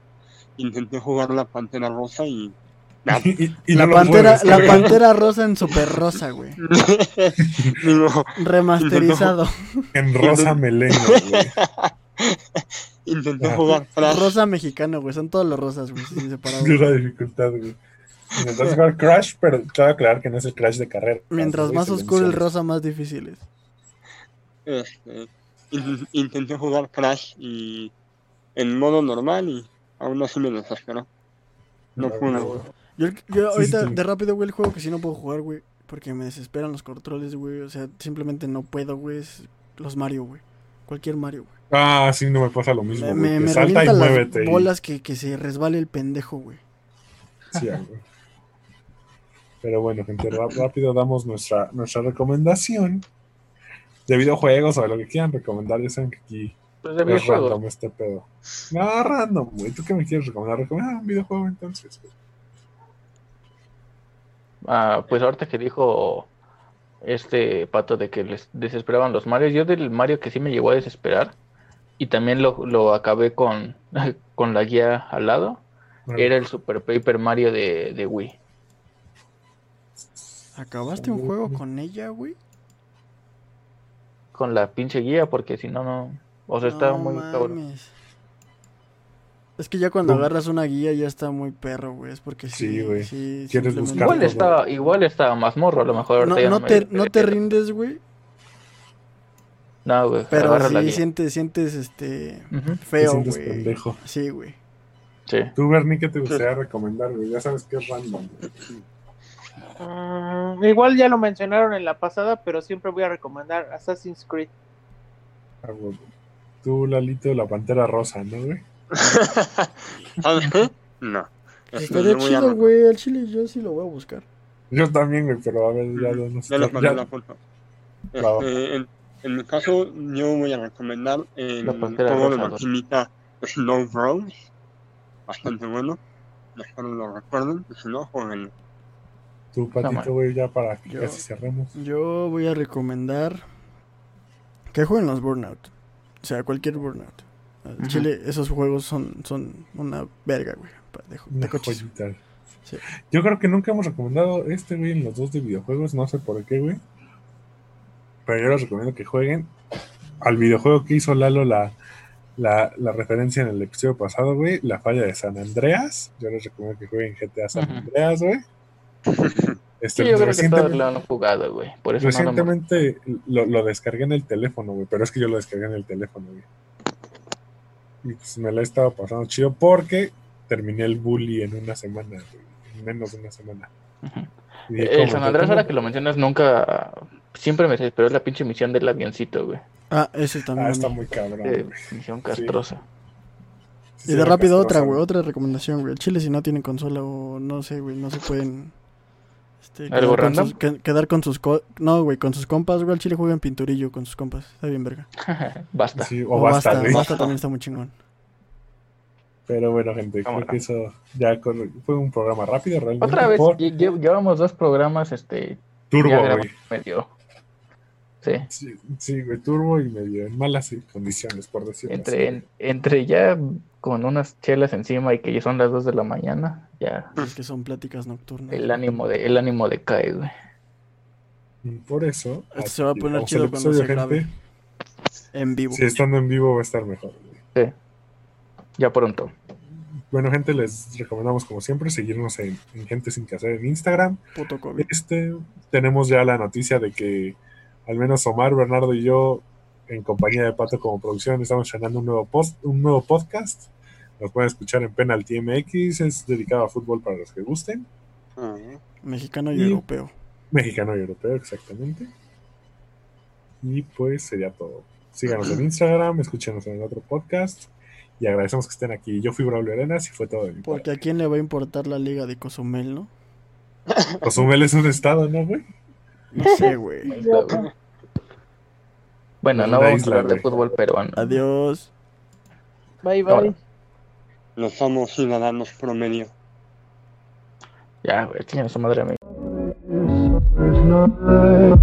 B: intenté jugar la Pantera Rosa y... [LAUGHS] Nah,
A: [LAUGHS] Y, y
D: la,
A: no lo
D: pantera,
A: puedes
D: la
A: descargar.
D: pantera rosa en super rosa, [LAUGHS] güey.
B: digo,
D: Remasterizado.
A: En
D: [LAUGHS]
A: rosa melena, güey.
B: intenté
A: Ajá.
B: jugar Crash.
D: Rosa mexicano, güey. Son todos los rosas, güey. Sí, separados, güey.
A: Dura dificultad, güey. Intentas jugar Crash, pero te voy a aclarar que no es el Crash de carrera.
D: Mientras
A: Güey,
D: más
A: se le
D: oscuro el
A: menciona.
D: rosa, más difícil es.
B: este, in- intenté jugar Crash y en modo normal y aún así me desesperó. No
A: Claro,
B: fue una
A: güey.
D: Yo, yo
A: Sí,
D: ahorita,
A: sí, sí.
D: de rápido, güey, el juego que sí no puedo jugar, güey. Porque me desesperan los controles, güey. O sea, simplemente no puedo, güey. es Los Mario, güey. Cualquier Mario, güey.
A: Ah, sí, no me pasa lo mismo.
D: Me,
A: güey,
D: me,
A: que
D: me
A: salta y
D: revientan
A: muévete.
D: las
A: y-
D: bolas que, que se resbale el pendejo, güey.
A: Sí, ah, güey. Pero bueno, gente, ra- rápido damos nuestra, nuestra recomendación de videojuegos o de lo que quieran recomendar. Ya saben que aquí
E: Pues de
A: es
E: videojuegos.
A: random este pedo. No, random, güey. ¿Tú qué me quieres recomendar? Recomendar un videojuego entonces. güey.
E: Ah, pues ahorita que dijo este pato de que les desesperaban los Marios, yo del Mario que sí me llegó a desesperar y también lo, lo acabé con, [LAUGHS] con la guía al lado, era el Super Paper Mario de, de Wii.
D: ¿Acabaste un juego con ella, güey?
E: Con la pinche guía, porque si no, no... O sea, está
D: No
E: muy cabrón.
D: mames. Es que ya cuando
A: No.
D: agarras una guía ya está muy perro, güey. Es porque sí,
A: Sí, güey.
D: sí,
A: Quieres
D: simplemente-
A: buscar
E: Igual
A: Carlos,
E: está, igual está mazmorro, a lo mejor
D: No,
E: ahorita ya
D: no
E: me
D: te, no te
E: desespero.
D: rindes, güey.
E: No, güey,
D: Pero
E: agarra la
D: sí
E: guía.
D: sientes, sientes este
E: Ujú,
A: Te
D: feo,
A: sientes
D: güey.
A: pendejo.
D: Sí, güey.
E: sí.
A: Tú, Bernie, ¿qué te gustaría recomendar, güey? Ya sabes que es random. güey.
C: Mm, igual ya lo mencionaron en la pasada, pero siempre voy a recomendar Assassin's Creed.
A: Ah, güey. Tú, Lalito, la pantera rosa, ¿no, güey?
B: ¿Sabes qué? No.
E: Ah,
D: Pues
B: Este,
D: Estaría
B: yo voy a-
D: chido, güey. Al chile yo sí lo voy a buscar.
A: Yo también, güey, pero a ver, ya no
B: Ya les mandé
A: ya-
B: la foto.
A: Bravo.
B: Este, en, en mi caso, yo voy a recomendar el
E: La Pantera
B: juego de
E: Rosa, ¿no?
B: maquinita Snow Bros. Bastante bueno. Mejor lo recuerden. y Si no, jueguenlo.
A: Tú,
E: man.
A: Patito, güey, ya para que
D: Yo-
A: casi cerremos.
D: Yo voy a recomendar que jueguen los Burnout. O sea, cualquier Burnout. Al
E: Ujú.
D: chile, esos juegos son, son una verga, güey. pa- De, de
A: Una
D: coches.
A: joyita.
D: Sí.
A: Yo creo que nunca hemos recomendado este, güey, en los dos de videojuegos, no sé por qué, güey. Pero yo les recomiendo que jueguen al videojuego que hizo Lalo la, la, la referencia en el episodio pasado, güey, La falla de San Andreas. Yo les recomiendo que jueguen GTA San
E: Ujú.
A: Andreas,
E: [LAUGHS]
A: güey. Este,
E: Sí, yo creo que todos
A: recientemente
E: lo han jugado, güey. Por eso no lo hemos-
A: recientemente lo, lo descargué en el teléfono, güey, pero es que yo lo descargué en el teléfono, güey. Y pues me la he estado pasando chido porque terminé el bully en una semana, güey, en menos de una semana.
E: Ujú.
A: Y dije,
E: El
A: ¿cómo?
E: Eh, San Andrés,
A: ¿Cómo?
E: ahora que lo mencionas, nunca. Siempre me desesperó la pinche misión del avioncito, güey.
D: Ah, ese también.
A: Ah,
D: a mí.
A: está muy cabrón,
E: Eh,
A: güey.
E: misión castrosa. [LAUGHS]
A: Sí,
D: Y
A: se
D: de
A: ve
D: rápido otra,
A: castroso,
D: güey, otra recomendación, güey. Al Chile si no tienen consola o no sé, güey, no se pueden este,
E: ¿Algo
D: quedar, con
E: random?
D: sus, que- quedar con sus co- no, güey, con sus compas, güey, al Chile juegan pinturillo con sus compas. Está bien verga.
E: Basta.
A: Sí, o basta, güey.
D: también está muy chingón.
A: Pero bueno, gente,
E: Cámara.
A: creo que eso ya corre- fue un programa rápido realmente.
E: Otra vez,
A: por
E: lle- lle- llevamos dos programas, este, ya
A: turbo,
E: grabamos
A: güey.
E: medio. Sí,
A: Sí, sí, güey, turbo y medio en malas condiciones, por decirlo
E: entre,
A: así.
E: en- entre ya con unas chelas encima y que ya son las 2 de la mañana, ya
D: Es que son pláticas nocturnas.
E: el ánimo de el ánimo decae, güey.
A: Y Por eso.
D: Esto se va a
A: aquí
D: poner
A: vamos
D: chido
A: al
D: cuando
A: episodio,
D: se grabe.
A: gente.
D: En vivo.
A: Si estando en vivo va a estar mejor. güey.
E: Ya pronto.
A: Bueno, gente, les recomendamos como siempre seguirnos en, en Gente Sin Que Hacer en Instagram.
D: Puto COVID.
A: Este, tenemos ya la noticia de que al menos Omar, Bernardo y yo, en compañía de Pato como producción, estamos llenando un nuevo, post, un nuevo podcast. Nos pueden escuchar en Penalty MX, es dedicado a fútbol para los que gusten.
B: Eh,
D: Mexicano y,
A: Y-
D: europeo.
A: Mexicano y europeo, exactamente. Y pues sería todo. Síganos en Instagram, escúchenos en el otro podcast y agradecemos que estén aquí. Yo fui Braulio Arenas y fue todo de mi parte.
D: Porque a quién le va a importar la liga de Cozumel, ¿no?
A: Cozumel es un estado, ¿no, güey?
D: No sé, güey.
E: Bueno,
A: Una
E: no vamos a
A: isla,
E: hablar de
A: güey.
E: fútbol peruano.
D: Adiós.
C: Bye, bye.
E: Cámara.
B: no somos ciudadanos promedio.
E: Ya, güey, chinga su madre a mí.
F: It's not right.